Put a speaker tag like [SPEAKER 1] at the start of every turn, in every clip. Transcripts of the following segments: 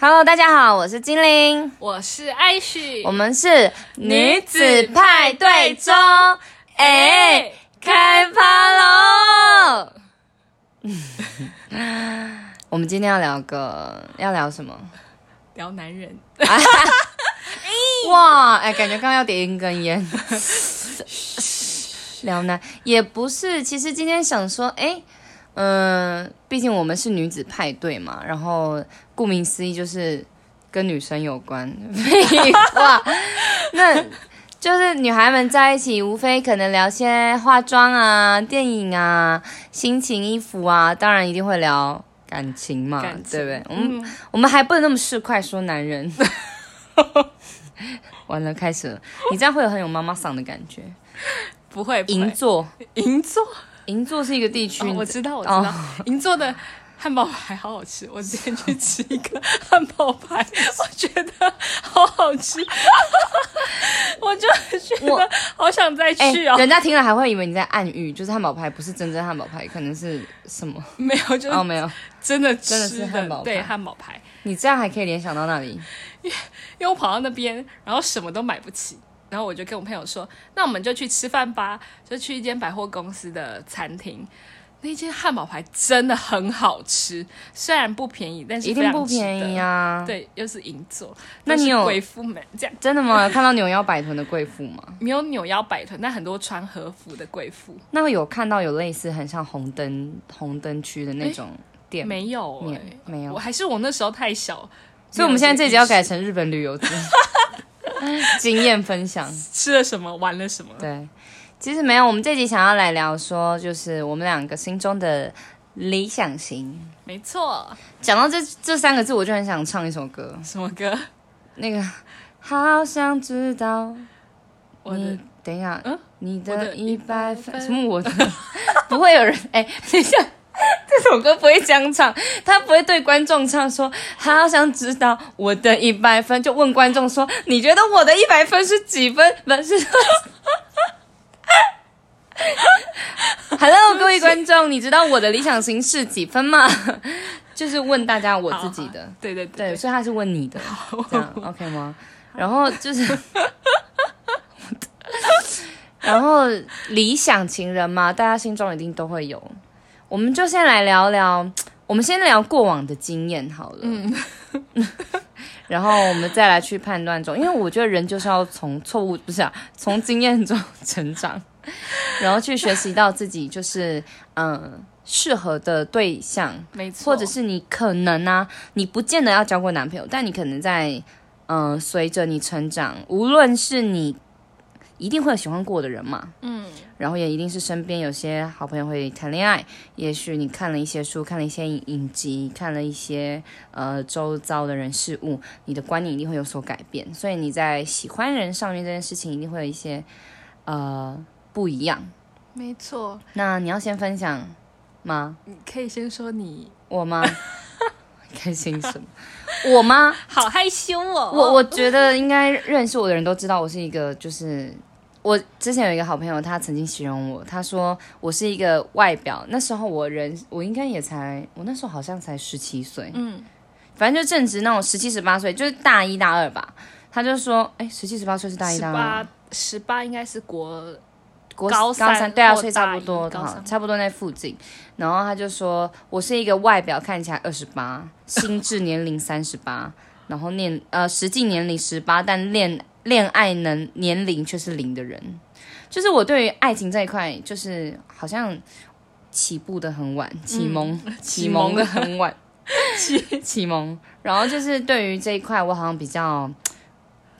[SPEAKER 1] Hello，大家好，我是精灵，
[SPEAKER 2] 我是艾许，
[SPEAKER 1] 我们是
[SPEAKER 2] 女子派对中，
[SPEAKER 1] 哎、开趴 喽！我们今天要聊个，要聊什么？
[SPEAKER 2] 聊男人，
[SPEAKER 1] 哇，哎、感觉刚刚要点一根烟。聊男也不是，其实今天想说，哎，嗯、毕竟我们是女子派对嘛，然后顾名思义就是跟女生有关， 废话，那就是女孩们在一起，无非可能聊些化妆啊、电影啊、心情、衣服啊，当然一定会聊感情嘛，
[SPEAKER 2] 感情
[SPEAKER 1] 对
[SPEAKER 2] 嗯
[SPEAKER 1] 不对？我们、我们还不能那么市侩说男人。 完了，开始了，你这样会有很有妈妈嗓的感觉。
[SPEAKER 2] 不会不
[SPEAKER 1] 银
[SPEAKER 2] 会，
[SPEAKER 1] 座，
[SPEAKER 2] 银座、
[SPEAKER 1] 银座是一个地区，
[SPEAKER 2] 哦，
[SPEAKER 1] 你
[SPEAKER 2] 我
[SPEAKER 1] 知
[SPEAKER 2] 知道我知
[SPEAKER 1] 哦
[SPEAKER 2] 道，银座的汉堡排好好吃，我之前去吃一个汉堡排，我觉得好好吃， 我就觉
[SPEAKER 1] 我
[SPEAKER 2] 得好想再
[SPEAKER 1] 哎、
[SPEAKER 2] 去哦，
[SPEAKER 1] 人家听了还会以为你在暗喻，就是汉堡排不是真正汉堡排，可能是什么？
[SPEAKER 2] 没有就
[SPEAKER 1] 哦，
[SPEAKER 2] 是
[SPEAKER 1] 没有，
[SPEAKER 2] 真的
[SPEAKER 1] 真的
[SPEAKER 2] 吃
[SPEAKER 1] 是汉堡排
[SPEAKER 2] 对汉堡排，
[SPEAKER 1] 你这样还可以联想到那里。
[SPEAKER 2] 因为我跑到那边，然后什么都买不起，然后我就跟我朋友说，那我们就去吃饭吧，就去一间百货公司的餐厅。那间汉堡排真的很好吃，虽然不便宜，但是
[SPEAKER 1] 一定不便宜
[SPEAKER 2] 啊。
[SPEAKER 1] 啊！
[SPEAKER 2] 对，又是银座，
[SPEAKER 1] 那你有
[SPEAKER 2] 都是贵妇们这样，
[SPEAKER 1] 真的吗？有看到扭腰摆臀的贵妇吗？
[SPEAKER 2] 没有扭腰摆臀，但很多穿和服的贵妇
[SPEAKER 1] 那有看到有类似很像红灯红灯区的那种店吗？
[SPEAKER 2] 没有、
[SPEAKER 1] 没
[SPEAKER 2] 欸，
[SPEAKER 1] 没有
[SPEAKER 2] 我，还是我那时候太小，
[SPEAKER 1] 所以我们现在这集要
[SPEAKER 2] 没有
[SPEAKER 1] 改成日本旅游之 经验分享。
[SPEAKER 2] 这个意识吃了什么，玩了什么，
[SPEAKER 1] 对，其实没有，我们这集想要来聊说，就是我们两个心中的理想型。
[SPEAKER 2] 没错，
[SPEAKER 1] 讲到这这三个字，我就很想唱一首歌，
[SPEAKER 2] 什么歌？
[SPEAKER 1] 那个 好想知道
[SPEAKER 2] 我的
[SPEAKER 1] 你等一下，
[SPEAKER 2] 嗯
[SPEAKER 1] 你
[SPEAKER 2] 我
[SPEAKER 1] 的
[SPEAKER 2] 的
[SPEAKER 1] 一百分
[SPEAKER 2] 分
[SPEAKER 1] 什么我的，不会有人哎、等一下。 这首歌不会这样唱，他不会对观众唱说“好想知道我的一百分”，就问观众说：“你觉得我的一百分是几分？”不是。Hello，各位观众，你知道我的理想型是几分吗？ 就是问大家我自己的
[SPEAKER 2] 好。好对对对
[SPEAKER 1] 对，所以他是问你的，这 样 OK 吗？然后就是， 然后理想情人嘛，大家心中一定都会有。我们就先来聊聊，我们先聊过往的经验好了，嗯， 然后我们再来去判断中，因为我觉得人就是要从错误不是啊，从经验中成长， 然后去学习到自己就是嗯、呃适合的对象，
[SPEAKER 2] 没错，
[SPEAKER 1] 或者是你可能啊，你不见得要交过男朋友，但你可能在嗯、呃随着你成长，无论是你一定会有喜欢过的人嘛，嗯，然后也一定是身边有些好朋友会谈恋爱，也许你看了一些书，看了一些影影集，看了一些呃周遭的人事物，你的观念一定会有所改变，所以你在喜欢人上面这件事情一定会有一些呃不一样。
[SPEAKER 2] 没错，
[SPEAKER 1] 那你要先分享吗？
[SPEAKER 2] 你可以先说你
[SPEAKER 1] 我吗？开心什么？我吗？
[SPEAKER 2] 好害羞哦，
[SPEAKER 1] 我我觉得应该认识我的人都知道，我是一个就是我之前有一个好朋友，他曾经形容我，他说我是一个外表，那时候我人我应该也才我那时候好像才十七岁，嗯，反正就正值那种十七十八岁，就是大一大二吧。他就说，哎、十七十八岁是大一
[SPEAKER 2] 十
[SPEAKER 1] 大二
[SPEAKER 2] 八
[SPEAKER 1] 吗，
[SPEAKER 2] 十八应该是国
[SPEAKER 1] 国高
[SPEAKER 2] 高三
[SPEAKER 1] 对啊，
[SPEAKER 2] 或
[SPEAKER 1] 所以差
[SPEAKER 2] 大
[SPEAKER 1] 不
[SPEAKER 2] 一
[SPEAKER 1] 多，
[SPEAKER 2] 高
[SPEAKER 1] 好
[SPEAKER 2] 三
[SPEAKER 1] 差不多那附近。然后他就说，我是一个外表看起来二十八，心智年龄三十八，然后念呃实际年龄十八，但恋恋爱能年龄却是零的人。就是我对于爱情这一块，就是好像起步的很晚，启蒙、启
[SPEAKER 2] 嗯启
[SPEAKER 1] 蒙
[SPEAKER 2] 蒙
[SPEAKER 1] 的很 晚，启启蒙。然后就是对于这一块，我好像比较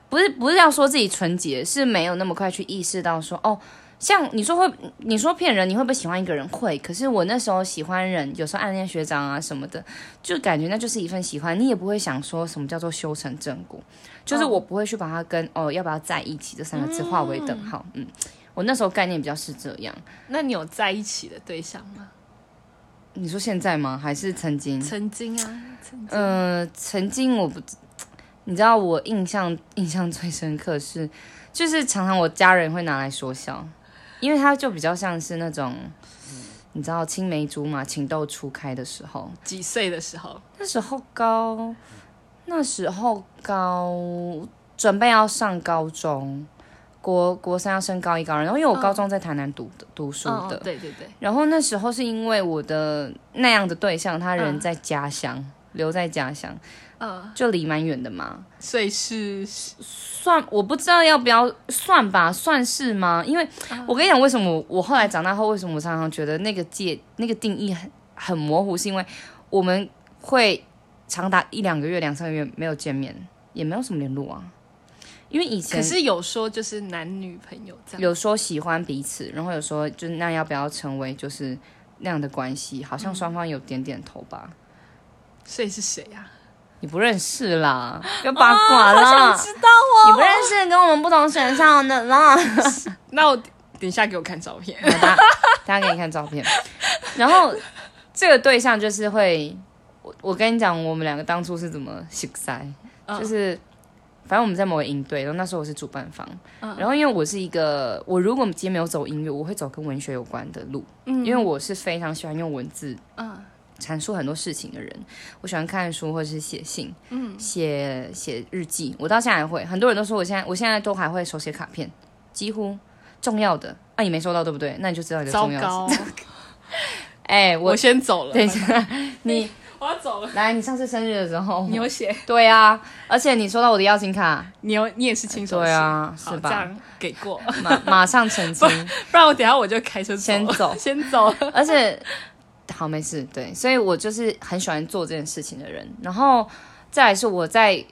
[SPEAKER 1] 不是不是要说自己纯洁，是没有那么快去意识到说哦。像你说会，你说骗人，你会不会喜欢一个人？会。可是我那时候喜欢人，有时候暗恋学长啊什么的，就感觉那就是一份喜欢，你也不会想说什么叫做修成正果，就是
[SPEAKER 2] 哦
[SPEAKER 1] 我不会去把它跟哦要不要在一起这三个字划为等号。嗯，我那时候概念比较是这样。
[SPEAKER 2] 那你有在一起的对象吗？
[SPEAKER 1] 你说现在吗？还是曾经？
[SPEAKER 2] 曾经啊，曾经，
[SPEAKER 1] 嗯，曾经我不知，你知道我印象印象最深刻是，就是常常我家人会拿来说笑，因为他就比较像是那种，你知道青梅竹马情窦初开的时候，
[SPEAKER 2] 几岁的时候？
[SPEAKER 1] 那时候高那时候高准备要上高中，国国三要升高一高二，然后因为我高中在台南读的、读书
[SPEAKER 2] 嗯
[SPEAKER 1] 的，
[SPEAKER 2] 对对对，
[SPEAKER 1] 然后那时候是因为我的那样的对象，他人
[SPEAKER 2] 嗯
[SPEAKER 1] 在家乡，留在家乡，
[SPEAKER 2] 嗯，
[SPEAKER 1] 就离蛮远的嘛。
[SPEAKER 2] 所以是
[SPEAKER 1] 算我不知道要不要算吧，算是吗？因为
[SPEAKER 2] 嗯
[SPEAKER 1] 我跟你讲，为什么我我后来长大后，为什么我常常觉得那个界那个定义很很模糊，是因为我们会长达一两个月、两三个月没有见面，也没有什么联络啊。因为以前
[SPEAKER 2] 可是有说就是男女朋友这样，
[SPEAKER 1] 有说喜欢彼此，然后有说就是那要不要成为就是那样的关系，好像双方有点点头吧。
[SPEAKER 2] 所以是谁啊呀、
[SPEAKER 1] 你不认识 啦，不要八卦啦，
[SPEAKER 2] 哦知道
[SPEAKER 1] 你不认识跟我们不同选项的 啦。
[SPEAKER 2] 那我等一下给我看照片。
[SPEAKER 1] 大家大家给你看照片，然后这个对象就是会，我我跟你讲，我们两个当初是怎么识塞，
[SPEAKER 2] 嗯
[SPEAKER 1] 就是。反正我们在某个营队，然后那时候我是主办方，
[SPEAKER 2] 嗯
[SPEAKER 1] 然后因为我是一个，我如果今天没有走音乐，我会走跟文学有关的路，
[SPEAKER 2] 嗯
[SPEAKER 1] 因为我是非常喜欢用文字
[SPEAKER 2] 嗯
[SPEAKER 1] 阐述很多事情的人，我喜欢看书或者是写信，
[SPEAKER 2] 嗯，
[SPEAKER 1] 写写日记，我到现在还会。很多人都说我现在我现在都还会手写卡片，几乎重要的啊，你没收到对不对？那你就知道你的
[SPEAKER 2] 糟
[SPEAKER 1] 重要
[SPEAKER 2] 糕
[SPEAKER 1] 性。，哎、
[SPEAKER 2] 我
[SPEAKER 1] 我
[SPEAKER 2] 先走了
[SPEAKER 1] 等，一下，你
[SPEAKER 2] 我要走了。
[SPEAKER 1] 来，你上次生日的时候
[SPEAKER 2] 你，有写，
[SPEAKER 1] 对啊，而且你收到我的邀请卡，
[SPEAKER 2] 你有，你也是亲手写
[SPEAKER 1] 对啊
[SPEAKER 2] 好
[SPEAKER 1] 是吧
[SPEAKER 2] 这样给过，
[SPEAKER 1] 马马上澄清，
[SPEAKER 2] 不然我等一下我就开车走
[SPEAKER 1] 先
[SPEAKER 2] 了，，
[SPEAKER 1] 走
[SPEAKER 2] 先走了。
[SPEAKER 1] 而且好没事，对，所以我就是很喜欢做这件事情的人。然后再来是我在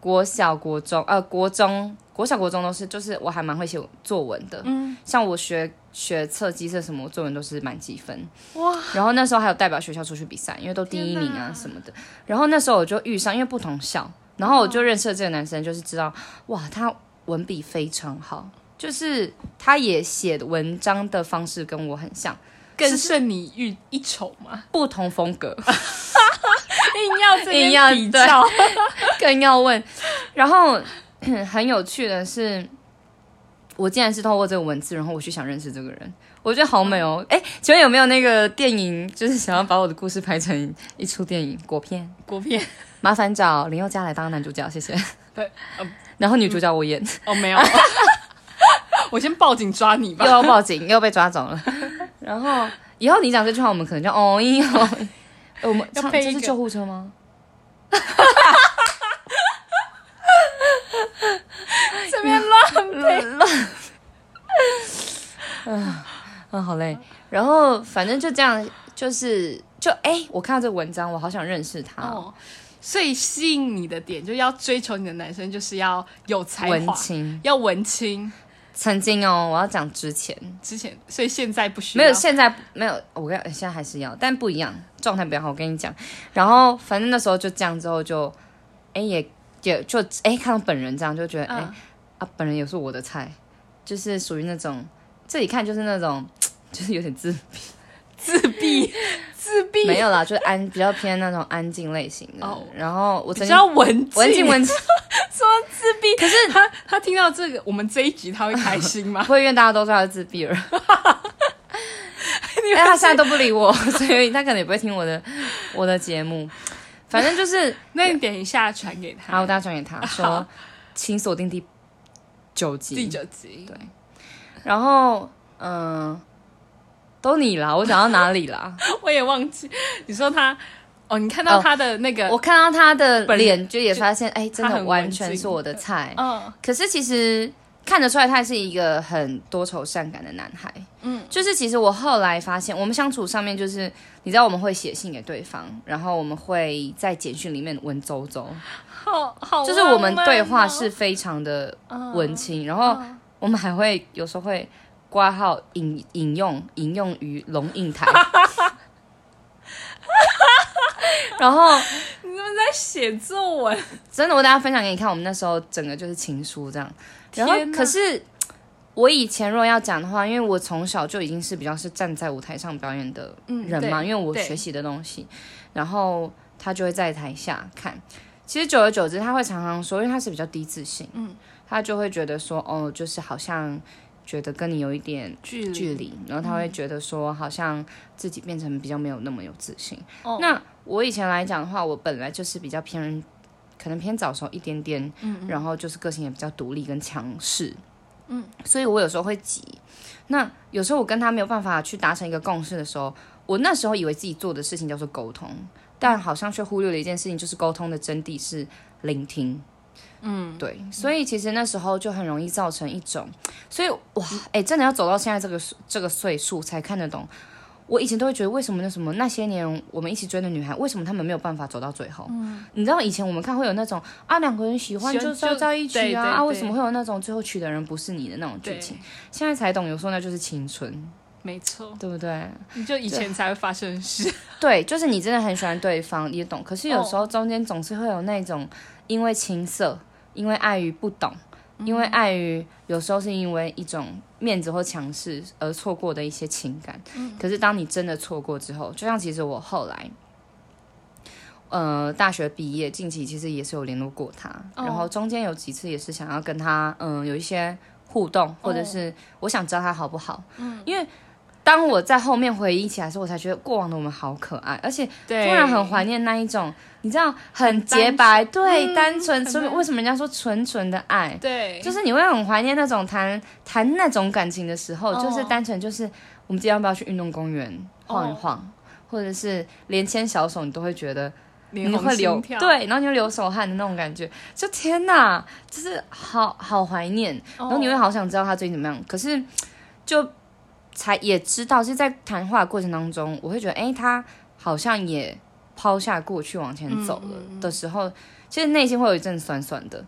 [SPEAKER 1] 国小、国中，呃，国中、国小、国中都是，就是我还蛮会写作文的，嗯，像我学学测机测什么，我作文都是满积分，哇。然后那时候还有代表学校出去比赛，因为都第一名
[SPEAKER 2] 天
[SPEAKER 1] 啊
[SPEAKER 2] 哪
[SPEAKER 1] 什么的。然后那时候我就遇上，因为不同校，然后我就认识了这个男生，就是知道哇，他文笔非常好。就是他也写文章的方式跟我很像，
[SPEAKER 2] 更胜你一一筹嘛，
[SPEAKER 1] 不同风格，
[SPEAKER 2] 硬要这
[SPEAKER 1] 硬要
[SPEAKER 2] 边比较，
[SPEAKER 1] 更要问。然后 很有趣的是，我竟然是透过这个文字，然后我去想认识这个人，我觉得好美哦。哎，请问有没有那个电影，就是想要把我的故事拍成一出电影果片？
[SPEAKER 2] 国片
[SPEAKER 1] 麻烦找林宥嘉来当男主角，谢谢。
[SPEAKER 2] 对呃
[SPEAKER 1] 然后女主角我 演，
[SPEAKER 2] 哦没有，我先报警抓你
[SPEAKER 1] 又
[SPEAKER 2] 吧。
[SPEAKER 1] 要报警，又被抓走了。 然后以后你讲这句话，我们可能就哦咦哦咦。哎我们
[SPEAKER 2] 要
[SPEAKER 1] 唱
[SPEAKER 2] 配
[SPEAKER 1] 这
[SPEAKER 2] 一
[SPEAKER 1] 是
[SPEAKER 2] 个
[SPEAKER 1] 救护车吗？
[SPEAKER 2] 这 边乱配，
[SPEAKER 1] 嗯，好嘞。然后反正就这样，就是就哎、我看到这个文章，我好想认识他哦。
[SPEAKER 2] 哦，所以吸引你的点就要追求你的男生，就是要有才
[SPEAKER 1] 文
[SPEAKER 2] 华，
[SPEAKER 1] 青
[SPEAKER 2] 要文青。
[SPEAKER 1] 曾经哦，我要讲之前
[SPEAKER 2] 之前，所以现在不需要
[SPEAKER 1] 没有，现在没有，我跟现在还是要，但不一样，状态比较好。我跟你讲，然后反正那时候就这样，之后就哎、也也就哎、看到本人这样，就觉得哎、
[SPEAKER 2] 嗯
[SPEAKER 1] 啊，本人也是我的菜，就是属于那种这一看就是那种就是有点自
[SPEAKER 2] 自闭，自闭
[SPEAKER 1] 没有啦，就是安比较偏那种安静类型的。
[SPEAKER 2] 哦
[SPEAKER 1] 然后我
[SPEAKER 2] 比
[SPEAKER 1] 曾
[SPEAKER 2] 较
[SPEAKER 1] 经
[SPEAKER 2] 文静
[SPEAKER 1] 文静文静。
[SPEAKER 2] 说自 闭，可是他他听到这个我们这一集他会开心 吗？
[SPEAKER 1] 不会怨大家都知道他自闭 了。因为他现在都不理我， 所以他可能也不会听我的我的节目。反正就是，
[SPEAKER 2] 那你点一下传给
[SPEAKER 1] 然后
[SPEAKER 2] 他，
[SPEAKER 1] 我大家转给他说，请锁定第九
[SPEAKER 2] 第
[SPEAKER 1] 集。
[SPEAKER 2] 九集
[SPEAKER 1] 对然后，嗯、都你啦，我讲到哪里 啦？
[SPEAKER 2] 我也忘记你说他哦，你看到他的那个
[SPEAKER 1] 我看到他的
[SPEAKER 2] 本
[SPEAKER 1] 脸，就也发现，哎、真
[SPEAKER 2] 他
[SPEAKER 1] 的
[SPEAKER 2] 很
[SPEAKER 1] 完
[SPEAKER 2] 文静
[SPEAKER 1] 全是我的菜。
[SPEAKER 2] 嗯
[SPEAKER 1] 可是其实看得出来，他是一个很多愁善感的男孩。嗯，就是其实我后来发现，我们相处上面就是，你知道我们会写信给对方，然后我们会在简讯里面文绉绉，
[SPEAKER 2] 好哦好，哦
[SPEAKER 1] 就是我们对话是非常的文青，然后我们还会有时候会挂号引引用引用于龙应台。然后，
[SPEAKER 2] 你怎么在写作文？
[SPEAKER 1] 真的，我大家分享给你看，我们那时候整个就是情书这样。然后
[SPEAKER 2] 天哪
[SPEAKER 1] 可是我以前如果要讲的话，因为我从小就已经是比较是站在舞台上表演的
[SPEAKER 2] 嗯
[SPEAKER 1] 人嘛，
[SPEAKER 2] 对
[SPEAKER 1] 因为我
[SPEAKER 2] 对
[SPEAKER 1] 学习的东西，然后他就会在台下看。其实久而久之，他会常常说，因为他是比较低自信，嗯，他就会觉得说，哦，就是好像觉得跟你有一点
[SPEAKER 2] 距离
[SPEAKER 1] 距离，嗯然后他会觉得说，好像自己变成比较没有那么有自信。
[SPEAKER 2] 哦
[SPEAKER 1] 那我以前来讲的话，我本来就是比较偏可能偏早熟一点点，嗯，然后就是个性也比较独立跟强势，嗯，所以我有时候会急。那有时候我跟他没有办法去达成一个共识的时候，我那时候以为自己做的事情叫做沟通，但好像却忽略了一件事情，就是沟通的真谛是聆听。嗯，对，所以其实那时候就很容易造成一种，所以哇，哎、真的要走到现在这个这个岁数才看得懂。我以前都会觉得，为什么那什么那些年我们一起追的女孩，为什么她们没有办法走到最后？你知道以前我们看会有那种啊，两个人喜欢
[SPEAKER 2] 嗯喜欢
[SPEAKER 1] 就是要
[SPEAKER 2] 就
[SPEAKER 1] 在一起啊，
[SPEAKER 2] 对对
[SPEAKER 1] 啊，
[SPEAKER 2] 对
[SPEAKER 1] 为什么会有那种最后娶的人不是你的那种剧
[SPEAKER 2] 对，
[SPEAKER 1] 情？现在才懂，有时候那就是青春，
[SPEAKER 2] 没错，
[SPEAKER 1] 对不对？
[SPEAKER 2] 你就以前才会发生的事。
[SPEAKER 1] 对，就是你真的很喜欢对方，也懂。可是有
[SPEAKER 2] 哦
[SPEAKER 1] 时候中间总是会有那种，因为青涩，因为碍于不懂，因
[SPEAKER 2] 嗯
[SPEAKER 1] 为碍于有时候是因为一种面子或强势而错过的一些情感。
[SPEAKER 2] 嗯
[SPEAKER 1] 可是当你真的错过之后，就像其实我后来。呃，大学毕业，近期其实也是有联络过他
[SPEAKER 2] 哦
[SPEAKER 1] 然后中间有几次也是想要跟他，嗯、有一些互动，或者
[SPEAKER 2] 哦
[SPEAKER 1] 是我想知道他好不好，因为当我在后面回忆起来的时候，我才觉得过往的我们好可爱，而且
[SPEAKER 2] 对，
[SPEAKER 1] 突然很怀念那一种，你知道，很洁白，
[SPEAKER 2] 嗯
[SPEAKER 1] 对，单纯，所以为什么人家说纯纯的爱？
[SPEAKER 2] 对，
[SPEAKER 1] 就是你会很怀念那种谈谈那种感情的时候，
[SPEAKER 2] 哦
[SPEAKER 1] 就是单纯就是我们今天要不要去运动公园晃一晃，或者是连牵小手，你都会觉得
[SPEAKER 2] 脸
[SPEAKER 1] 你
[SPEAKER 2] 红
[SPEAKER 1] 会流
[SPEAKER 2] 心跳，
[SPEAKER 1] 对，然后你会流手汗的那种感觉，就天哪，就是好好怀念。
[SPEAKER 2] 哦，然
[SPEAKER 1] 然后你会好想知道他最近怎么样。可是就才也知道，就是在谈话的过程当中，我会觉得，哎、他好像也抛下过去往前走了
[SPEAKER 2] 嗯
[SPEAKER 1] 的时候，其实内心会有一阵酸酸的。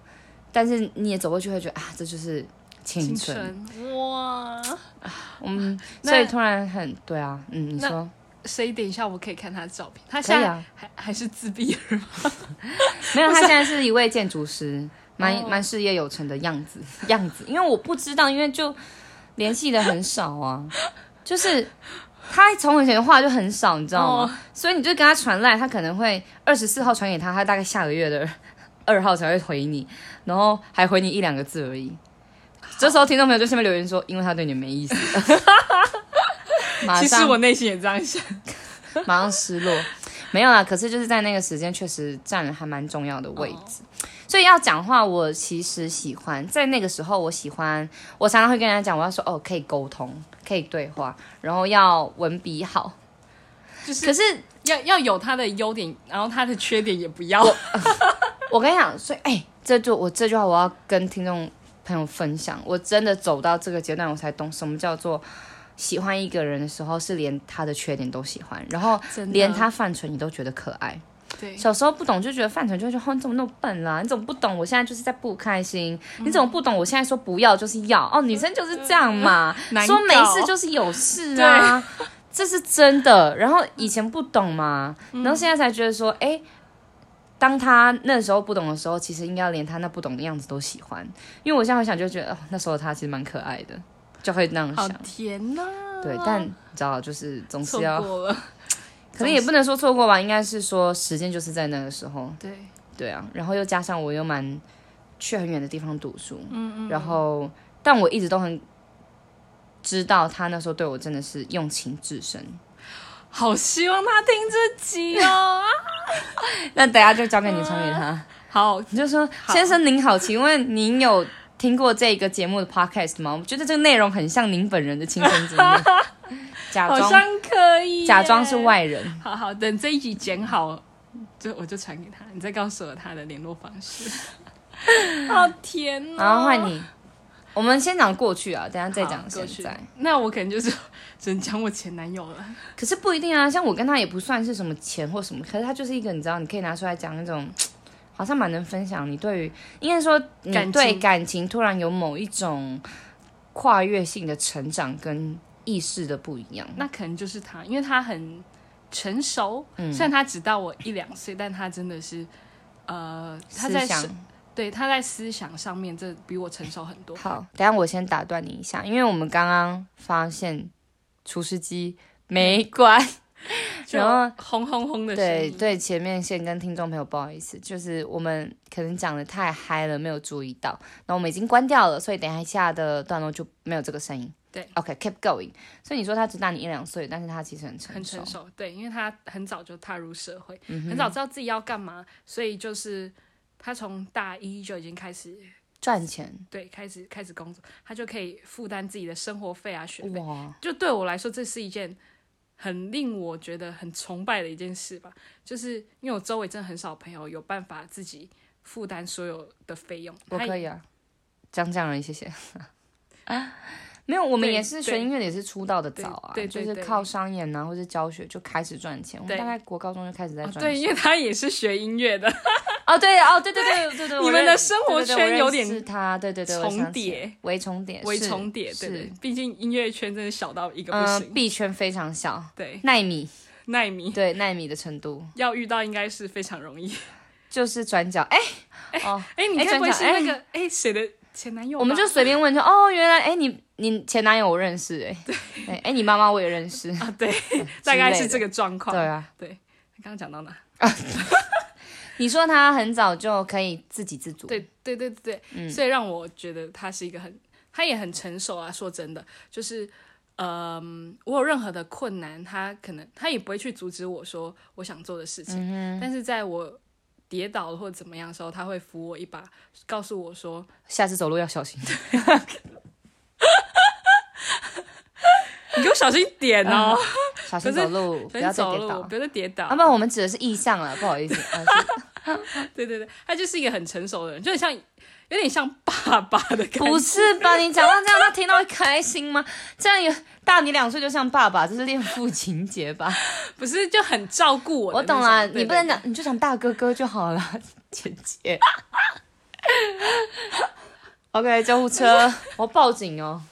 [SPEAKER 1] 但是你也走过去，会觉得啊，这就是青
[SPEAKER 2] 青
[SPEAKER 1] 春。
[SPEAKER 2] 春哇！
[SPEAKER 1] 嗯，
[SPEAKER 2] 那
[SPEAKER 1] 所以突然很对啊，嗯，你说
[SPEAKER 2] 十一点以下我可以看他的照片，他
[SPEAKER 1] 可
[SPEAKER 2] 现
[SPEAKER 1] 以
[SPEAKER 2] 在
[SPEAKER 1] 啊？
[SPEAKER 2] 还、还是自闭儿吗？
[SPEAKER 1] 没有，他现在是一位建筑师，蛮
[SPEAKER 2] 哦
[SPEAKER 1] 蛮事业有成的样子 样子。因为我不知道，因为就联系的很少 啊，就是他从以前话就很少，你知道吗？所以你就跟他传赖，他可能会二十四号传给他，他大概下个月的 二号才会回你，然后还回你一两个字而已。这时候听众朋友就下面留言说，因为他对你没意思。 马
[SPEAKER 2] 其
[SPEAKER 1] 上
[SPEAKER 2] 实我内心也这样想。
[SPEAKER 1] 马上失落。没有啦，可是就是在那个时间确实占了还蛮重要的位置，所以要讲话，我其实喜欢在那个时候，我喜欢我常常会跟人家讲，我要说哦，可以沟通，可以对话，然后要文笔好，
[SPEAKER 2] 就是
[SPEAKER 1] 可是
[SPEAKER 2] 要要有他的优点，然后他的缺点也不要。
[SPEAKER 1] 我跟你讲，所以哎、这就我这句话我要跟听众朋友分享，我真的走到这个阶段，我才懂什么叫做喜欢一个人的时候，是连他的缺点都喜欢，然后
[SPEAKER 2] 真的
[SPEAKER 1] 连他犯蠢你都觉得可爱。
[SPEAKER 2] 对，
[SPEAKER 1] 小时候不懂就觉得范丞就会觉得，哦，你怎么那么笨啦、你怎么不懂？我现在就是在不开心，
[SPEAKER 2] 嗯
[SPEAKER 1] 你怎么不懂？我现在说不要就是要，哦，女生就是这样嘛，
[SPEAKER 2] 嗯难
[SPEAKER 1] 说没
[SPEAKER 2] 搞
[SPEAKER 1] 事就是有事 啊，这是真的。然后以前不懂嘛，
[SPEAKER 2] 嗯
[SPEAKER 1] 然后现在才觉得说，哎、当他那时候不懂的时候，其实应该要连他那不懂的样子都喜欢，因为我现在回想就觉得，哦，那时候他其实蛮可爱的，就会那样
[SPEAKER 2] 好
[SPEAKER 1] 想。
[SPEAKER 2] 甜呐、
[SPEAKER 1] 对，但你知道，就是总
[SPEAKER 2] 错
[SPEAKER 1] 是要，
[SPEAKER 2] 过 了。
[SPEAKER 1] 可能也不能说错过吧，应该是说时间就是在那个时候。
[SPEAKER 2] 对，
[SPEAKER 1] 对啊，然后又加上我又蛮去很远的地方读书，嗯嗯，然后但我一直都很知道他那时候对我真的是用情至深。
[SPEAKER 2] 好希望他听这集 哦。
[SPEAKER 1] 那等下就交给你传给他，
[SPEAKER 2] 好，
[SPEAKER 1] 啊你就说先生您好，请问您有听过这个节目的 podcast 吗？我觉得这个内容很像您本人的亲身经历， 假
[SPEAKER 2] 好
[SPEAKER 1] 装
[SPEAKER 2] 像可以耶
[SPEAKER 1] 假装是。外人，
[SPEAKER 2] 好好，等这一集剪好，就我就传给他，你再告诉我他的联络方式。 好甜哦！
[SPEAKER 1] 然后换你。我们先讲过去啊，等一下再
[SPEAKER 2] 好
[SPEAKER 1] 讲
[SPEAKER 2] 过去
[SPEAKER 1] 现在。
[SPEAKER 2] 那我可能就是 只能讲我前男友了。
[SPEAKER 1] 可是不一定啊，像我跟他也不算是什么钱或什么，可是他就是一个你知道，你可以拿出来讲那种，好像蛮能分享你对于，应该说你
[SPEAKER 2] 感情
[SPEAKER 1] 对感情突然有某一种跨越性的成长跟意识的不一样。
[SPEAKER 2] 那可能就是他，因为他很成熟，虽然他只大我一两岁，但他真的是，呃，他在
[SPEAKER 1] 思想
[SPEAKER 2] 是对他在思想上面，这比我成熟很多。
[SPEAKER 1] 好，等一下我先打断你一下，因为我们刚刚发现除湿机没关。
[SPEAKER 2] 就
[SPEAKER 1] 然
[SPEAKER 2] 轰轰轰的声
[SPEAKER 1] 对
[SPEAKER 2] 音，
[SPEAKER 1] 对，前面先跟听众朋友不好意思，就是我们可能讲的太嗨了，没有注意到，那我们已经关掉了，所以等一下的段落就没有这个声音。
[SPEAKER 2] 对
[SPEAKER 1] ，OK，keep、going。所以你说他只大你一两岁，但是他其实很成熟。嗯
[SPEAKER 2] 很成熟。对，因为他很早就踏入社会，很早知道自己要干嘛，所以就是他从大一就已经开始
[SPEAKER 1] 赚钱
[SPEAKER 2] 对开始开始工作，他就可以负担自己的生活费啊、学费。
[SPEAKER 1] 哇，
[SPEAKER 2] 就对我来说，这是一件很令我觉得很崇拜的一件事吧。就是因为我周围真的很少朋友有办法自己负担所有的费用。
[SPEAKER 1] 我
[SPEAKER 2] 他
[SPEAKER 1] 可以啊，讲讲而已，谢谢。 啊没有，我们
[SPEAKER 2] 对
[SPEAKER 1] 也是学
[SPEAKER 2] 对
[SPEAKER 1] 音乐的，也是出道的早啊，
[SPEAKER 2] 对对
[SPEAKER 1] 就是
[SPEAKER 2] 对
[SPEAKER 1] 靠商演啊或者教学就开始赚钱。我们
[SPEAKER 2] 对
[SPEAKER 1] 大概国高中就开始在
[SPEAKER 2] 哦
[SPEAKER 1] 赚钱。
[SPEAKER 2] 对，因为他也是学音乐的，
[SPEAKER 1] 哦，对哦，对对对对对，
[SPEAKER 2] 你
[SPEAKER 1] 我
[SPEAKER 2] 们的
[SPEAKER 1] 认
[SPEAKER 2] 生活
[SPEAKER 1] 对对对
[SPEAKER 2] 圈
[SPEAKER 1] 我
[SPEAKER 2] 有
[SPEAKER 1] 认
[SPEAKER 2] 点
[SPEAKER 1] 识他，对对对，我
[SPEAKER 2] 重
[SPEAKER 1] 想起来
[SPEAKER 2] 叠，
[SPEAKER 1] 微重叠，
[SPEAKER 2] 为
[SPEAKER 1] 是
[SPEAKER 2] 重叠，对对
[SPEAKER 1] 是，
[SPEAKER 2] 毕竟音乐圈真的小到一个不
[SPEAKER 1] 嗯，
[SPEAKER 2] 行，
[SPEAKER 1] 币圈非常小，
[SPEAKER 2] 对，
[SPEAKER 1] 纳米，
[SPEAKER 2] 奈米
[SPEAKER 1] 对纳米的程度
[SPEAKER 2] 要遇到应该是非常 容易。
[SPEAKER 1] 就是转角，哎、哦，
[SPEAKER 2] 哎，你
[SPEAKER 1] 哎
[SPEAKER 2] 该不会是
[SPEAKER 1] 转角
[SPEAKER 2] 那个哎谁的前男友吧？
[SPEAKER 1] 我们就随便问就，哦，原来，哎、你你前男友我认识、哎，对，哎、你妈妈我也认识，
[SPEAKER 2] 啊，对，大概是这
[SPEAKER 1] 个，
[SPEAKER 2] 个状况。
[SPEAKER 1] 对啊，
[SPEAKER 2] 刚刚讲到哪？
[SPEAKER 1] 你说他很早就可以自给自足，
[SPEAKER 2] 对对对对，
[SPEAKER 1] 嗯
[SPEAKER 2] 对，所以让我觉得他是一个很，他也很成熟啊。说真的，就是，嗯、我有任何的困难，他可能他也不会去阻止我说我想做的事情，
[SPEAKER 1] 嗯
[SPEAKER 2] 但是在我跌倒了或者怎么样的时候，他会扶我一把，告诉我说，
[SPEAKER 1] 下次走路要小心，
[SPEAKER 2] 你给我小心点哦，
[SPEAKER 1] 小心
[SPEAKER 2] 可是
[SPEAKER 1] 走路，嗯不
[SPEAKER 2] 别、
[SPEAKER 1] 要再
[SPEAKER 2] 走
[SPEAKER 1] 跌
[SPEAKER 2] 路，
[SPEAKER 1] 倒。
[SPEAKER 2] 不要再跌倒。
[SPEAKER 1] 啊，不，我们指的是意向了，不好意思， 呃是
[SPEAKER 2] 对对对，他就是一个很成熟的人，就很像，有点像爸爸的感
[SPEAKER 1] 不
[SPEAKER 2] 觉。
[SPEAKER 1] 是吧？你讲到这样，他听到会开心吗？这样有大你两岁就像爸爸，这是恋父情节吧？
[SPEAKER 2] 不是就很照顾我
[SPEAKER 1] 我
[SPEAKER 2] 的那种。
[SPEAKER 1] 懂啦，
[SPEAKER 2] 对
[SPEAKER 1] 你不能，讲，你就讲大哥哥就好了，姐姐。OK，救护 车，我报警哦。
[SPEAKER 2] 对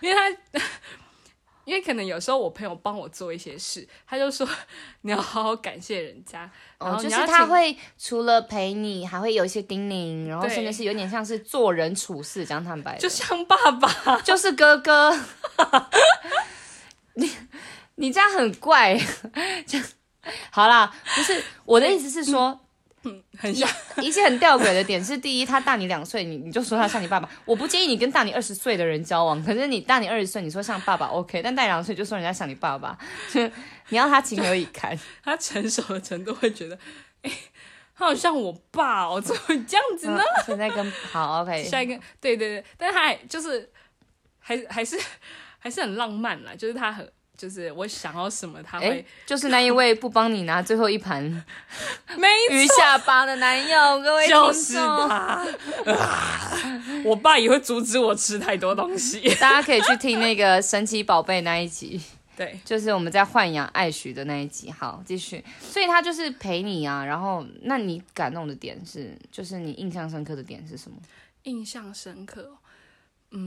[SPEAKER 2] 因为他，因为可能有时候我朋友帮我做一些事，他就说你要好好感谢人家，然
[SPEAKER 1] 哦，
[SPEAKER 2] 后
[SPEAKER 1] 就
[SPEAKER 2] 你
[SPEAKER 1] 是
[SPEAKER 2] 要
[SPEAKER 1] 他
[SPEAKER 2] 请
[SPEAKER 1] 会除了陪你，还会有一些叮咛，然后
[SPEAKER 2] 对
[SPEAKER 1] 甚至是有点像是做人处事，讲坦白的，
[SPEAKER 2] 就像爸爸，
[SPEAKER 1] 就是哥哥。 你你这样很怪， 这样好啦，不是我的意思是说，
[SPEAKER 2] 嗯很像
[SPEAKER 1] 一些很吊诡的点是，第一，他大你两岁，你你就说他像你爸爸，我不建议你跟大你二十岁的人交往。可是你大你二十岁，你说像爸爸 OK，但大你两岁就说人家像你爸爸， 你要他情何以堪？
[SPEAKER 2] 他成熟的程度会觉得，哎、他好像我爸哦，怎么会这样子呢？
[SPEAKER 1] 嗯现在跟好 OK，
[SPEAKER 2] 下一个，对对对，但是他还就是还还是还是很浪漫啦，就是他很就是我想要什么他会、
[SPEAKER 1] 哎，就是那一位不帮你拿最后一盘
[SPEAKER 2] 没
[SPEAKER 1] 鱼下巴的男友，各位听众，
[SPEAKER 2] 就是他、啊，我爸也会阻止我吃太多东 西。
[SPEAKER 1] 大家可以去听那个神奇宝贝那一集。
[SPEAKER 2] 对，
[SPEAKER 1] 就是我们在豢养爱许的那一集，好，继续。所以他就是陪你啊，然后那你感动的点是，就是你印象深刻的点是什么？
[SPEAKER 2] 印象深刻哦。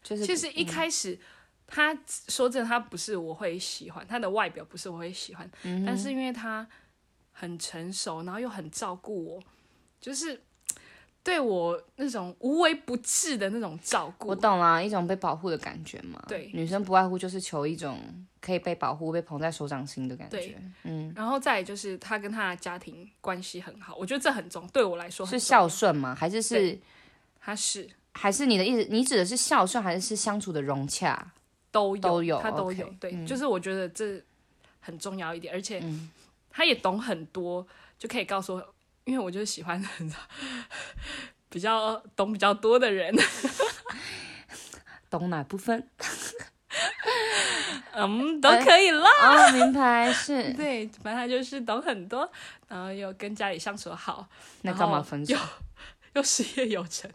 [SPEAKER 1] 就是嗯
[SPEAKER 2] 其实一开始，他说真的，他不是我会喜欢，他的外表不是我会喜欢，
[SPEAKER 1] 嗯
[SPEAKER 2] 但是因为他很成熟，然后又很照顾我，就是对我那种无微不至的那种照顾
[SPEAKER 1] 我。懂啦、一种被保护的感觉嘛。
[SPEAKER 2] 对
[SPEAKER 1] 女生不外乎就是求一种可以被保护、被捧在手掌心的感觉
[SPEAKER 2] 对，然后再来就是他跟他的家庭关系很好，我觉得这很重，对我来说很
[SPEAKER 1] 是
[SPEAKER 2] 重要
[SPEAKER 1] 孝，顺吗？还是是
[SPEAKER 2] 他是
[SPEAKER 1] 还是你的意思？你指的是孝顺，还是是相处的融洽？
[SPEAKER 2] 都有，
[SPEAKER 1] 都有
[SPEAKER 2] 他都有
[SPEAKER 1] OK，嗯
[SPEAKER 2] 对，就是我觉得这很重要一点，而且他也懂很多，就可以告诉我，因为我就是喜欢很 比较懂比较多的人，
[SPEAKER 1] 懂哪部分？
[SPEAKER 2] 嗯，
[SPEAKER 1] 哎
[SPEAKER 2] 都可以啦。
[SPEAKER 1] 哦，明白是。
[SPEAKER 2] 对，反正他就是懂很多，然后又跟家里相处得好，
[SPEAKER 1] 那
[SPEAKER 2] 然
[SPEAKER 1] 干嘛
[SPEAKER 2] 后
[SPEAKER 1] 分手？
[SPEAKER 2] 又事业有成，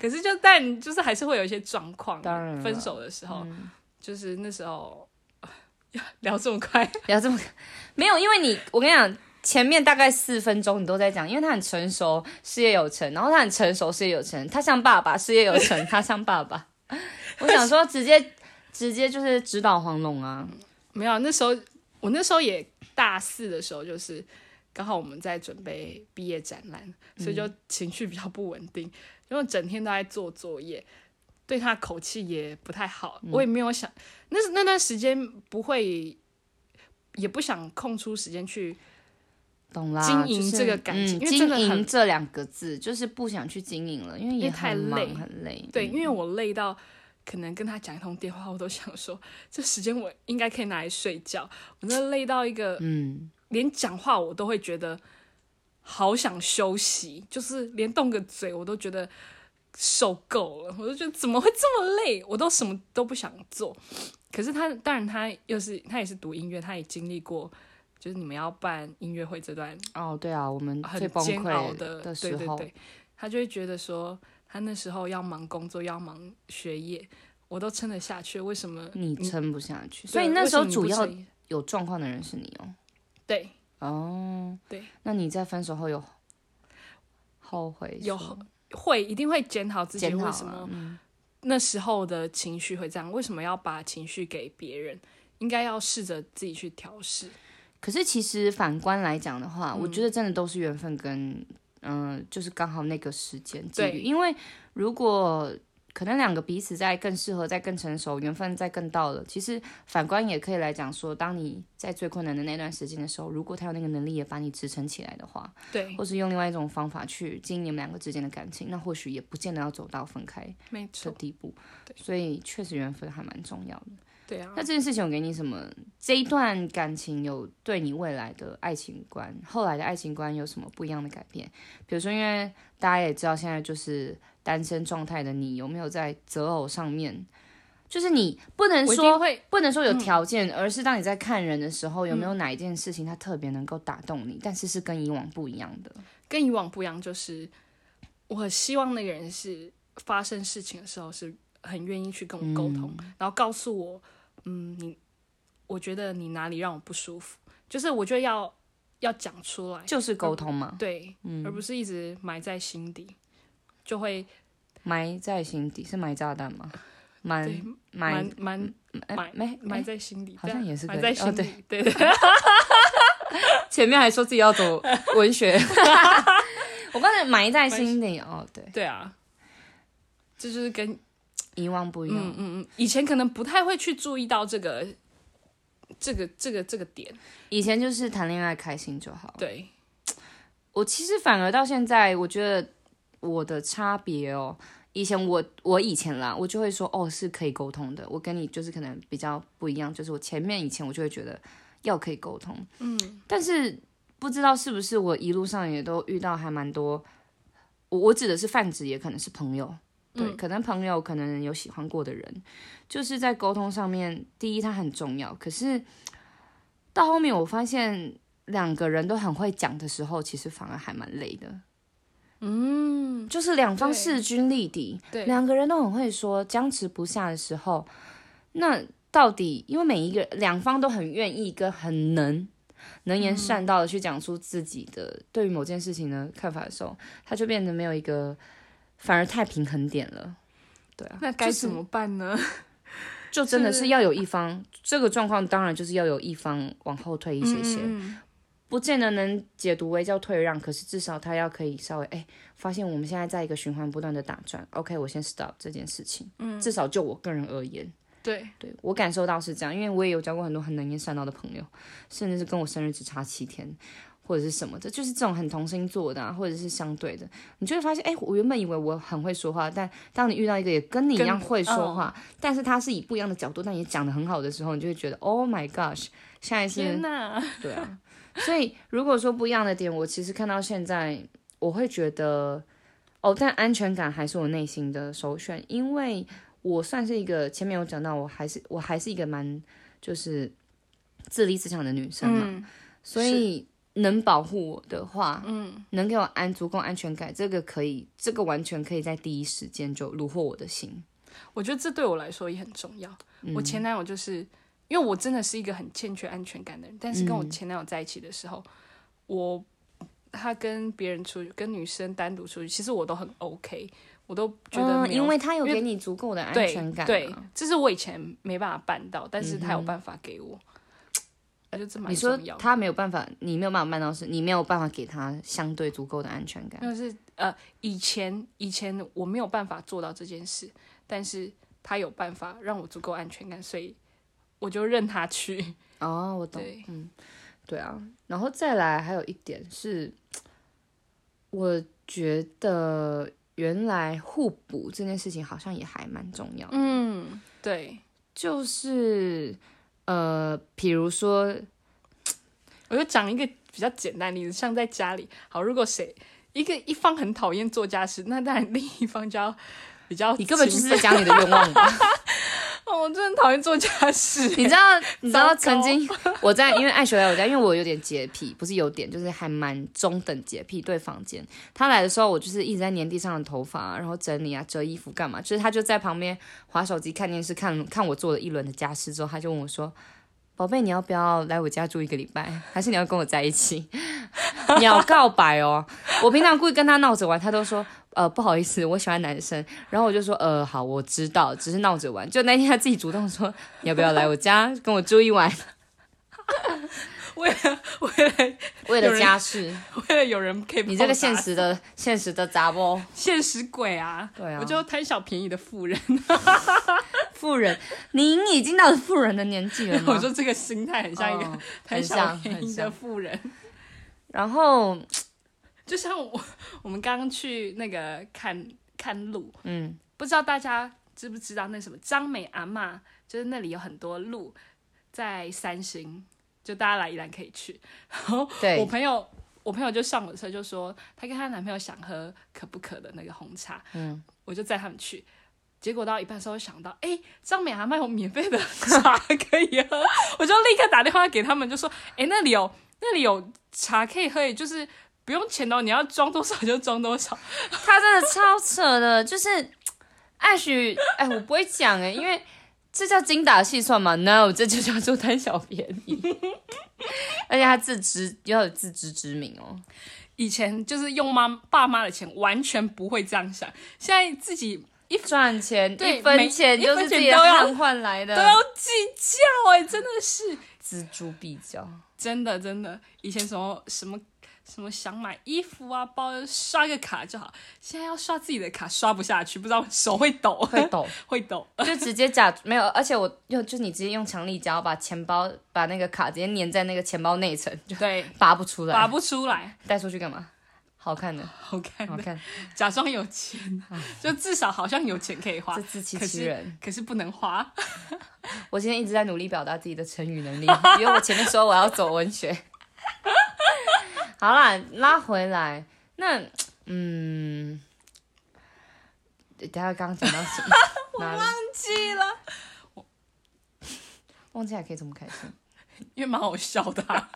[SPEAKER 2] 可是就但就是还是会有一些状况，
[SPEAKER 1] 当然了嗯
[SPEAKER 2] 分手的时候，就是那时候 聊这么快，
[SPEAKER 1] 不要这么，没有，因为你，我跟你讲，前面大概四分钟你都在讲，因为他很成熟，事业有成，然后他很成熟，事业有成，他像爸爸，事业有成，他像爸爸。 我想说，直接直接就是指导黄龙啊，
[SPEAKER 2] 没有，那时候我那时候也大四的时候，就是刚好我们在准备毕业展览，所以就情绪比较不稳定，因为整天都在做作业，对他口气也不太好。我也没有想，那那段时间不会，也不想空出时间去。
[SPEAKER 1] 懂啦？
[SPEAKER 2] 经营
[SPEAKER 1] 就是
[SPEAKER 2] 这个感情
[SPEAKER 1] 嗯
[SPEAKER 2] 因为真的
[SPEAKER 1] 经
[SPEAKER 2] 很
[SPEAKER 1] 营这两个字就是不想去经营了，因为
[SPEAKER 2] 因
[SPEAKER 1] 也
[SPEAKER 2] 为太
[SPEAKER 1] 很忙
[SPEAKER 2] 累
[SPEAKER 1] 很累。
[SPEAKER 2] 对，
[SPEAKER 1] 嗯
[SPEAKER 2] 因为我累到可能跟他讲一通电话，我都想说，这时间我应该可以拿来睡觉。我真的累到一个，
[SPEAKER 1] 嗯，
[SPEAKER 2] 连讲话我都会觉得好想休息，就是连动个嘴我都觉得受够了，我就觉得怎么会这么累，我都什么都不想做。可是他当然他又是他也是读音乐，他也经历过。就是你们要办音乐会这段
[SPEAKER 1] 哦，对啊，我们
[SPEAKER 2] 很
[SPEAKER 1] 最崩
[SPEAKER 2] 煎熬
[SPEAKER 1] 溃
[SPEAKER 2] 的
[SPEAKER 1] 的
[SPEAKER 2] 对
[SPEAKER 1] 时
[SPEAKER 2] 对
[SPEAKER 1] 候，
[SPEAKER 2] 对，他就会觉得说，他那时候要忙工作，要忙学业，我都撑得下去，为什么？
[SPEAKER 1] 你撑不下去，
[SPEAKER 2] 嗯对
[SPEAKER 1] 所以那时候
[SPEAKER 2] 为什
[SPEAKER 1] 主
[SPEAKER 2] 么你不
[SPEAKER 1] 要
[SPEAKER 2] 撑
[SPEAKER 1] 有状况的人是你哦。
[SPEAKER 2] 对
[SPEAKER 1] 哦，
[SPEAKER 2] 对，
[SPEAKER 1] 那你在分手后有后悔
[SPEAKER 2] 有
[SPEAKER 1] 说
[SPEAKER 2] 会一定会检讨自己
[SPEAKER 1] 检讨
[SPEAKER 2] 为
[SPEAKER 1] 啊
[SPEAKER 2] 什么
[SPEAKER 1] 嗯
[SPEAKER 2] 那时候的情绪会这样，为什么要把情绪给别人？应该要试着自己去调试。
[SPEAKER 1] 可是其实反观来讲的话，我觉得真的都是缘分跟嗯、就是刚好那个时间际
[SPEAKER 2] 对
[SPEAKER 1] 遇。因为如果可能两个彼此在更适合、在更成熟、缘分在更到了，其实反观也可以来讲说，当你在最困难的那段时间的时候，如果他有那个能力也把你支撑起来的话，
[SPEAKER 2] 对，
[SPEAKER 1] 或是用另外一种方法去经营你们两个之间的感情，那或许也不见得要走到分开
[SPEAKER 2] 没
[SPEAKER 1] 的
[SPEAKER 2] 错，
[SPEAKER 1] 地步。所以确实缘分还蛮重要的。
[SPEAKER 2] 对啊
[SPEAKER 1] 那，这件事情有给你什么？这一段感情有对你未来的爱情观、后来的爱情观有什么不一样的改变？比如说，因为大家也知道现在就是单身状态的你，有没有在择偶上面，就是你不能
[SPEAKER 2] 我一定嗯
[SPEAKER 1] 说
[SPEAKER 2] 会
[SPEAKER 1] 不能说有条件，而是当你在看人的时候，有没
[SPEAKER 2] 嗯
[SPEAKER 1] 有哪一件事情它特别能够打动你，但是是跟以往不一样的？
[SPEAKER 2] 跟以往不一样，就是我很希望那个人是发生事情的时候是很愿意去跟我沟通，然后告诉我，嗯，你我觉得你哪里让我不舒服，就是我觉得要要讲出来，
[SPEAKER 1] 就是沟通嘛，
[SPEAKER 2] 对，而
[SPEAKER 1] 嗯
[SPEAKER 2] 不是一直埋在心底，就会
[SPEAKER 1] 埋在心底是埋炸弹吗？埋
[SPEAKER 2] 对
[SPEAKER 1] 埋
[SPEAKER 2] 蛮蛮埋
[SPEAKER 1] 埋
[SPEAKER 2] 埋在心底，啊
[SPEAKER 1] 好像也是可以
[SPEAKER 2] 埋在心
[SPEAKER 1] 哦
[SPEAKER 2] 底，对对
[SPEAKER 1] 前面还说自己要 走文学，我刚才埋在心里哦，对，
[SPEAKER 2] 对啊，这就是跟
[SPEAKER 1] 遗忘不一样。
[SPEAKER 2] 嗯嗯以前可能不太会去注意到这个这个这个这个点，
[SPEAKER 1] 以前就是谈恋爱开心就好。
[SPEAKER 2] 对。
[SPEAKER 1] 我其实反而到现在，我觉得我的差别哦，以前我我以前啦，我就会说哦是可以沟通的，我跟你就是可能比较不一样，就是我前面以前我就会觉得要可以沟通，嗯，但是不知道是不是我一路上也都遇到还蛮多，我我指的是泛指，也可能是朋友。对，可能朋友可能有喜欢过的人，就是在沟通上面，第一它很重要。可是到后面我发现，两个人都很会讲的时候，其实反而还蛮累的。嗯，就是两方势均力敌，
[SPEAKER 2] 对
[SPEAKER 1] 两个人都很会说，僵持不下的时候，那到底因为每一个两方都很愿意跟很能能言善道的去讲出自己的对于某件事情的看法的时候，它就变得没有一个反而太平衡点了。对啊，
[SPEAKER 2] 那该
[SPEAKER 1] 就是
[SPEAKER 2] 怎么 办呢？
[SPEAKER 1] 就真的
[SPEAKER 2] 是
[SPEAKER 1] 是要有一方，这个状况当然就是要有一方往后退一些些，不见得能解读为叫退让，可是至少他要可以稍微哎，发现我们现在在一个循环不断的打转，OK，我先 stop 这件事情，嗯，至少就我个人而言，
[SPEAKER 2] 对，
[SPEAKER 1] 对我感受到是这样，因为我也有交过很多很能言善道的朋友，甚至是跟我生日只差七天。或者是什么的，就是这种很同星座的、啊，或者是相对的，你就会发现，哎、我原本以为我很会说话，但当你遇到一个也跟你一
[SPEAKER 2] 跟嗯
[SPEAKER 1] 样
[SPEAKER 2] 你
[SPEAKER 1] 会说话，但是他是以不一样的角度，但也讲得很好的时候，你就会觉得，Oh my gosh，现在是
[SPEAKER 2] 天哪，
[SPEAKER 1] 对啊，所以如果说不一样的点，我其实看到现在，我会觉得哦，但安全感还是我内心的首选，因为我算是一个前面有讲到，我还是我还是一个蛮就是自立自强的女生嘛，
[SPEAKER 2] 嗯
[SPEAKER 1] 所以能保护我的话，嗯，能给我安足够安全感，这个可以，这个完全可以在第一时间就虏获我的心。
[SPEAKER 2] 我觉得这对我来说也很重要。
[SPEAKER 1] 嗯
[SPEAKER 2] 我前男友就是因为我真的是一个很欠缺安全感的人，但是跟我
[SPEAKER 1] 嗯
[SPEAKER 2] 前男友在一起的时候，我他跟别人出去，跟女生单独出去，其实我都很 OK，我都觉得
[SPEAKER 1] 嗯
[SPEAKER 2] 没有
[SPEAKER 1] 因为他有
[SPEAKER 2] 因为
[SPEAKER 1] 给你足够的安
[SPEAKER 2] 对
[SPEAKER 1] 全感、啊，嗯
[SPEAKER 2] 对，这是我以前没办法办到，但是他有办法给我，我觉得这蛮
[SPEAKER 1] 你说
[SPEAKER 2] 重要的。
[SPEAKER 1] 他没有办法，你没有办法办到是，你没有办法给他相对足够的安全感。
[SPEAKER 2] 就是呃，以前以前我没有办法做到这件事，但是他有办法让我足够安全感，所以我就任他去。
[SPEAKER 1] 哦，我 懂，
[SPEAKER 2] 对，
[SPEAKER 1] 对啊。然后再来还有一点是，我觉得原来互补这件事情好像也还蛮重要的。
[SPEAKER 2] 嗯，对，
[SPEAKER 1] 就是呃，比如说，
[SPEAKER 2] 我就讲一个比较简单的例子，像在家里，好，如果谁一个一方很讨厌做家事，那当然另一方就要比较勤奋。
[SPEAKER 1] 你根本就是在讲你的愿望吧？
[SPEAKER 2] 哦，我真的很讨厌做家事。
[SPEAKER 1] 你知 道，你知道
[SPEAKER 2] 糟糕
[SPEAKER 1] 曾 经我在因为爱雪来我家，因为我有点洁癖，不是有点，就是还蛮中等洁癖对房间。她来的时候，我就是一直在粘地上的头发啊、然后整理啊、折衣服干嘛。就是她就在旁边划手机、看电视，看看我做了一轮的家事之后，她就问我说：“宝贝，你要不要来我家住一个礼拜？还是你要跟我在一起？” 鸟告白哦！我平常故意跟她闹着玩，她都说。呃，不好意思，我喜欢男生。然后我就说，呃，好，我知道，只是闹着玩。就那天她自己主动说， 你要不要来我家跟我住一晚？
[SPEAKER 2] 为了 为了
[SPEAKER 1] 为了家事，
[SPEAKER 2] 为了有人可以
[SPEAKER 1] 你这
[SPEAKER 2] 帮我
[SPEAKER 1] 个现
[SPEAKER 2] 打
[SPEAKER 1] 实的现实的杂包
[SPEAKER 2] 现实鬼啊！
[SPEAKER 1] 对啊
[SPEAKER 2] 我就贪小便宜的富人。
[SPEAKER 1] 富人，您已经到了富人的年纪了吗？
[SPEAKER 2] 我说这个心态很像一个
[SPEAKER 1] 哦
[SPEAKER 2] 贪
[SPEAKER 1] 很
[SPEAKER 2] 小
[SPEAKER 1] 像
[SPEAKER 2] 便
[SPEAKER 1] 很
[SPEAKER 2] 宜的
[SPEAKER 1] 像。
[SPEAKER 2] 富人。
[SPEAKER 1] 然后，
[SPEAKER 2] 就像我我们刚刚去那个看看鹿，
[SPEAKER 1] 嗯，
[SPEAKER 2] 不知道大家知不知道那什么张美阿嬷，就是那里有很多鹿，在三星，就大家来依然可以去。然后我
[SPEAKER 1] 对，
[SPEAKER 2] 朋友，我朋友就上我的车就说，她跟她男朋友想喝可不可的那个红茶，
[SPEAKER 1] 嗯，
[SPEAKER 2] 我就载他们去。结果到一半的时候想到，哎，张美阿嬷有免费的 茶可以喝，我就立刻打电话给他们，就说，哎，那里有那里有茶可以喝，也就是不用钱的哦，你要装多少就装多少。
[SPEAKER 1] 他真的超扯的，就是艾许，哎，我不会讲哎，因为这叫精打细算嘛？No，这就叫做贪小便 宜。而且他自知要有自知之明哦，
[SPEAKER 2] 以前就是用妈爸妈的钱，完全不会这样想，现在自己
[SPEAKER 1] 赚钱
[SPEAKER 2] 对
[SPEAKER 1] 一
[SPEAKER 2] 每
[SPEAKER 1] 分钱
[SPEAKER 2] 一
[SPEAKER 1] 就
[SPEAKER 2] 分
[SPEAKER 1] 是自
[SPEAKER 2] 钱
[SPEAKER 1] 己的
[SPEAKER 2] 都要
[SPEAKER 1] 汗换来
[SPEAKER 2] 都
[SPEAKER 1] 的，
[SPEAKER 2] 要计较、哎，真的是。
[SPEAKER 1] 锱铢必较。
[SPEAKER 2] 真的真的，以前什么什么什么想买衣服啊包，刷个卡就好，现在要刷自己的卡刷不下去，不知道手会抖，
[SPEAKER 1] 会抖，
[SPEAKER 2] 会抖。
[SPEAKER 1] 就直接假没有，而且我又就你直接用强力胶把钱包把那个卡直接粘在那个钱包内层，就
[SPEAKER 2] 对，
[SPEAKER 1] 拔不出
[SPEAKER 2] 拔
[SPEAKER 1] 来，
[SPEAKER 2] 不出来，
[SPEAKER 1] 带出去干嘛？好看 的，
[SPEAKER 2] 好看
[SPEAKER 1] 好
[SPEAKER 2] 的，
[SPEAKER 1] 看，
[SPEAKER 2] 假装有钱，就至少好像有钱可以花
[SPEAKER 1] 这，啊自欺
[SPEAKER 2] 可
[SPEAKER 1] 欺人。
[SPEAKER 2] 是可是不能花。
[SPEAKER 1] 我今天一直在努力表达自己的成语能力，因为我前面说我要走文学。 好啦，拉回来，那嗯，等一下刚刚讲到 什么？哪里？
[SPEAKER 2] 忘记了，
[SPEAKER 1] 忘记还可以这么开心。
[SPEAKER 2] 因为蛮好笑的啊、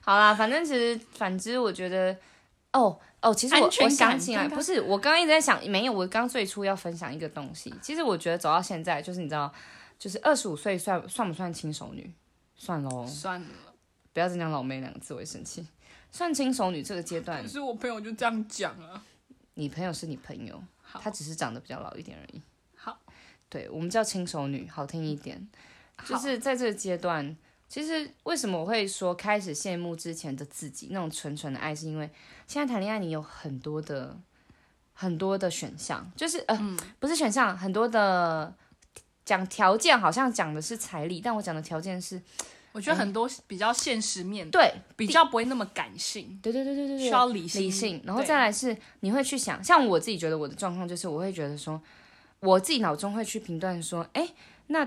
[SPEAKER 1] 好啦，反正其实，反之，我觉得，哦哦，其实我
[SPEAKER 2] 安全感
[SPEAKER 1] 我想起来，
[SPEAKER 2] 刚刚
[SPEAKER 1] 不是我刚刚一直在想，没有，我刚最初要分享一个东西。其实我觉得走到现在，就是你知道，就是二十五岁算算不算轻熟女？算喽，
[SPEAKER 2] 算了，
[SPEAKER 1] 不要再讲老妹两个字，我会生气。算轻熟女这个阶段
[SPEAKER 2] 可，是我朋友就这样讲啊。
[SPEAKER 1] 嗯你朋友是你朋友，
[SPEAKER 2] 好
[SPEAKER 1] 她只是长得比较老一点而已。
[SPEAKER 2] 好，
[SPEAKER 1] 对我们叫轻熟女，好听一点。就
[SPEAKER 2] 好
[SPEAKER 1] 是在这个阶段，其实为什么我会说开始羡慕之前的自己那种纯纯的爱，是因为现在谈恋爱你有很多的很多的选项，就是呃、
[SPEAKER 2] 嗯
[SPEAKER 1] 不是选项，很多的讲条件，好像讲的是彩礼，但我讲的条件是
[SPEAKER 2] 我觉得很多比较现实面，
[SPEAKER 1] 对
[SPEAKER 2] 比较不会那么感性，
[SPEAKER 1] 对对对对对对，
[SPEAKER 2] 需要理性。
[SPEAKER 1] 理性，然后
[SPEAKER 2] 对
[SPEAKER 1] 再来是你会去想，像我自己觉得我的状况就是，我会觉得说，我自己脑中会去评断说，哎，那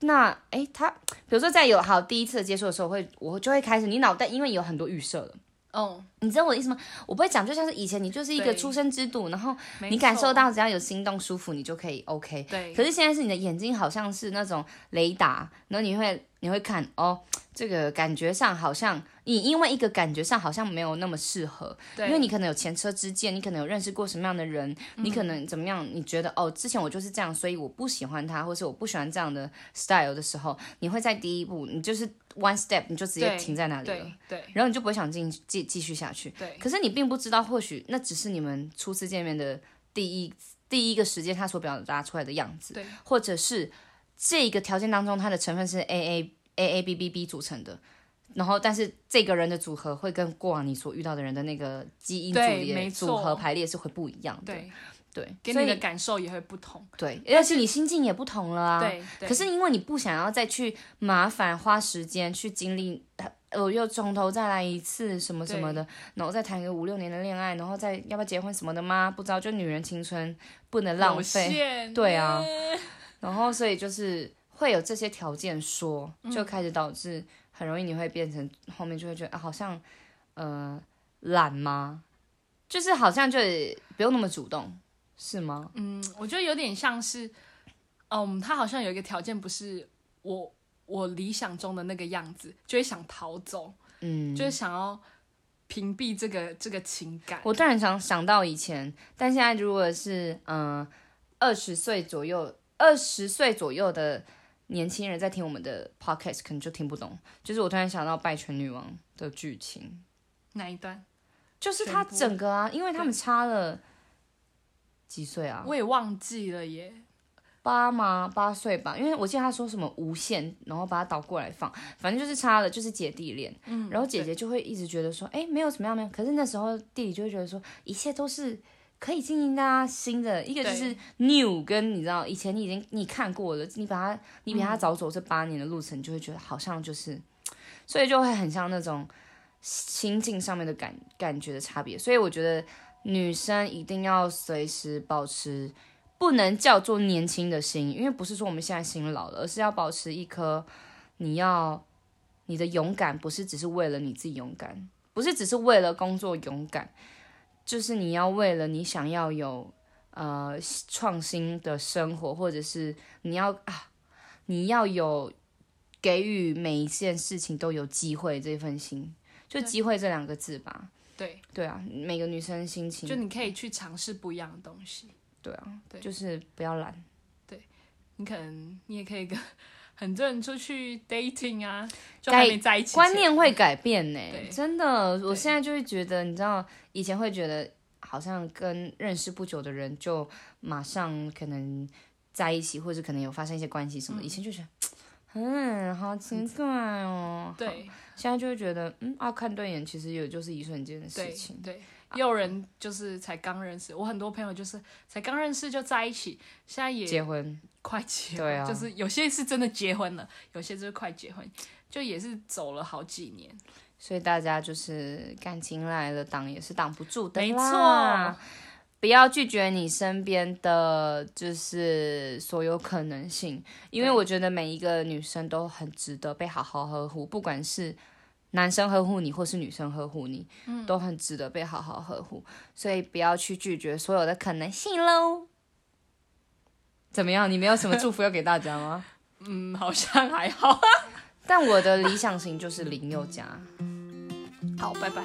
[SPEAKER 1] 那哎，他比如说在有好第一次的接触的时候，会我就会开始，你脑袋因为有很多预设了。
[SPEAKER 2] 嗯，
[SPEAKER 1] 你知道我的意思吗？我不会讲，就像是以前你就是一个
[SPEAKER 2] 对
[SPEAKER 1] 出生之犊，然后
[SPEAKER 2] 没
[SPEAKER 1] 你感
[SPEAKER 2] 错
[SPEAKER 1] 受到只要有心动舒服，你就可以 OK。
[SPEAKER 2] 对，
[SPEAKER 1] 可是现在是你的眼睛好像是那种雷达，然后你会你会看哦，这个感觉上好像你因为一个感觉上好像没有那么适合，
[SPEAKER 2] 对
[SPEAKER 1] 因为你可能有前车之鉴，你可能有认识过什么样的人，你
[SPEAKER 2] 嗯
[SPEAKER 1] 可能怎么样，你觉得哦，之前我就是这样，所以我不喜欢他，或是我不喜欢这样的 style 的时候，你会在第一步，你就是 one step，你就直接
[SPEAKER 2] 对
[SPEAKER 1] 停在那里了
[SPEAKER 2] 对。对
[SPEAKER 1] 然后你就不会想进继继续下去，
[SPEAKER 2] 对
[SPEAKER 1] 可是你并不知道，或许那只是你们初次见面的第一第一个时间，他所表达出来的样子，
[SPEAKER 2] 对，
[SPEAKER 1] 或者是这个条件当中它的成分是 A A A A B B B 组成的，然后但是这个人的组合会跟过往你所遇到的人的那个基因组
[SPEAKER 2] 对
[SPEAKER 1] 列
[SPEAKER 2] 没错
[SPEAKER 1] 组合排列是会不一样的，
[SPEAKER 2] 对，
[SPEAKER 1] 对，
[SPEAKER 2] 给
[SPEAKER 1] 所
[SPEAKER 2] 你
[SPEAKER 1] 以
[SPEAKER 2] 的感受也会不同。
[SPEAKER 1] 对，而且你心境也不同了啊，
[SPEAKER 2] 对，对
[SPEAKER 1] 可是因为你不想要再去麻烦、花时间去经历，呃我又从头再来一次什么什么的，然后再谈个五六年的恋爱，然后再要不要结婚什么的吗？不知道，就女人青春不能浪
[SPEAKER 2] 有
[SPEAKER 1] 费。
[SPEAKER 2] 限
[SPEAKER 1] 对啊
[SPEAKER 2] 嗯
[SPEAKER 1] 然后所以就是会有这些条件说，就开始导致很容易你会变成后面就会觉得、啊、好像呃懒吗？就是好像就不用那么主动，是吗？
[SPEAKER 2] 嗯我觉得有点像是，嗯，他好像有一个条件，不是我我理想中的那个样子，就会想逃走，
[SPEAKER 1] 嗯，
[SPEAKER 2] 就是想要屏蔽这个这个情感。
[SPEAKER 1] 我突然想想到以前，但现在如果是嗯二十岁左右，二十岁左右的年轻人在听我们的 podcast，可能就听不懂。就是我突然想到《拜权女王》的剧情，
[SPEAKER 2] 哪一段
[SPEAKER 1] 就是它整个啊，因为他们差了几岁啊？
[SPEAKER 2] 我也忘记了耶。
[SPEAKER 1] 八吗？八岁吧，因为我记得他说什么无限，然后把它倒过来放，反正就是差了，就是姐弟恋。
[SPEAKER 2] 嗯
[SPEAKER 1] 然后姐姐就会一直觉得说，哎、没有怎么样，没有。可是那时候弟弟就会觉得说，一切都是可以经营的啊，新的一个就
[SPEAKER 2] 对
[SPEAKER 1] 是 new，跟你知道以前你已经你看过了，你把它你比他早走这八年的路程，你就会觉得好像就是，所以就会很像那种心境上面的感感觉的差别。所以我觉得女生一定要随时保持。不能叫做年轻的心，因为不是说我们现在心老了，而是要保持一颗你要你的勇敢不是只是为了你自己勇敢，不是只是为了工作勇敢，就是你要为了你想要有呃创新的生活，或者是你要啊，你要有给予每一件事情都有机会这份心，就
[SPEAKER 2] 对
[SPEAKER 1] 机会这两个字吧。
[SPEAKER 2] 对，
[SPEAKER 1] 对啊，每个女生心情
[SPEAKER 2] 就你可以去尝试不一样的东西。
[SPEAKER 1] 对啊，
[SPEAKER 2] 对
[SPEAKER 1] 就是不要懒。
[SPEAKER 2] 你可能你也可以跟 很多人出去 dating 啊，就
[SPEAKER 1] 该
[SPEAKER 2] 还没在一起前
[SPEAKER 1] 观念会改变呢、
[SPEAKER 2] 对
[SPEAKER 1] 真的，我
[SPEAKER 2] 对
[SPEAKER 1] 现在就会觉得，你知道，以前会觉得好像跟认识不久的人就马上可能在一起，或者可能有发生一些关系什么的，以前就觉得。嗯，好奇怪哦。好，
[SPEAKER 2] 对
[SPEAKER 1] 现在就会觉得，嗯啊，看对眼其实也就是一瞬间的事
[SPEAKER 2] 对
[SPEAKER 1] 情。啊
[SPEAKER 2] 对，也有人就是才刚认识，我很多朋友就是才刚认识就在一起，现在也
[SPEAKER 1] 结婚，
[SPEAKER 2] 快结
[SPEAKER 1] 对
[SPEAKER 2] 婚，
[SPEAKER 1] 啊
[SPEAKER 2] 就是有些是真的结婚了，有些就是快结婚，就也是走了好几年。
[SPEAKER 1] 所以大家就是感情来了，挡也是挡不住的
[SPEAKER 2] 没
[SPEAKER 1] 啦
[SPEAKER 2] 错，
[SPEAKER 1] 不要拒绝你身边的就是所有可能性，因为
[SPEAKER 2] 对
[SPEAKER 1] 我觉得每一个女生都很值得被好好呵护，不管是男生呵护你或是女生呵护你，都很值得被好好呵护，所以不要去拒绝所有的可能性喽。怎么样？你没有什么祝福要给大家吗？
[SPEAKER 2] 嗯，好像还好。
[SPEAKER 1] 但我的理想型就是林宥嘉。
[SPEAKER 2] 好，拜拜。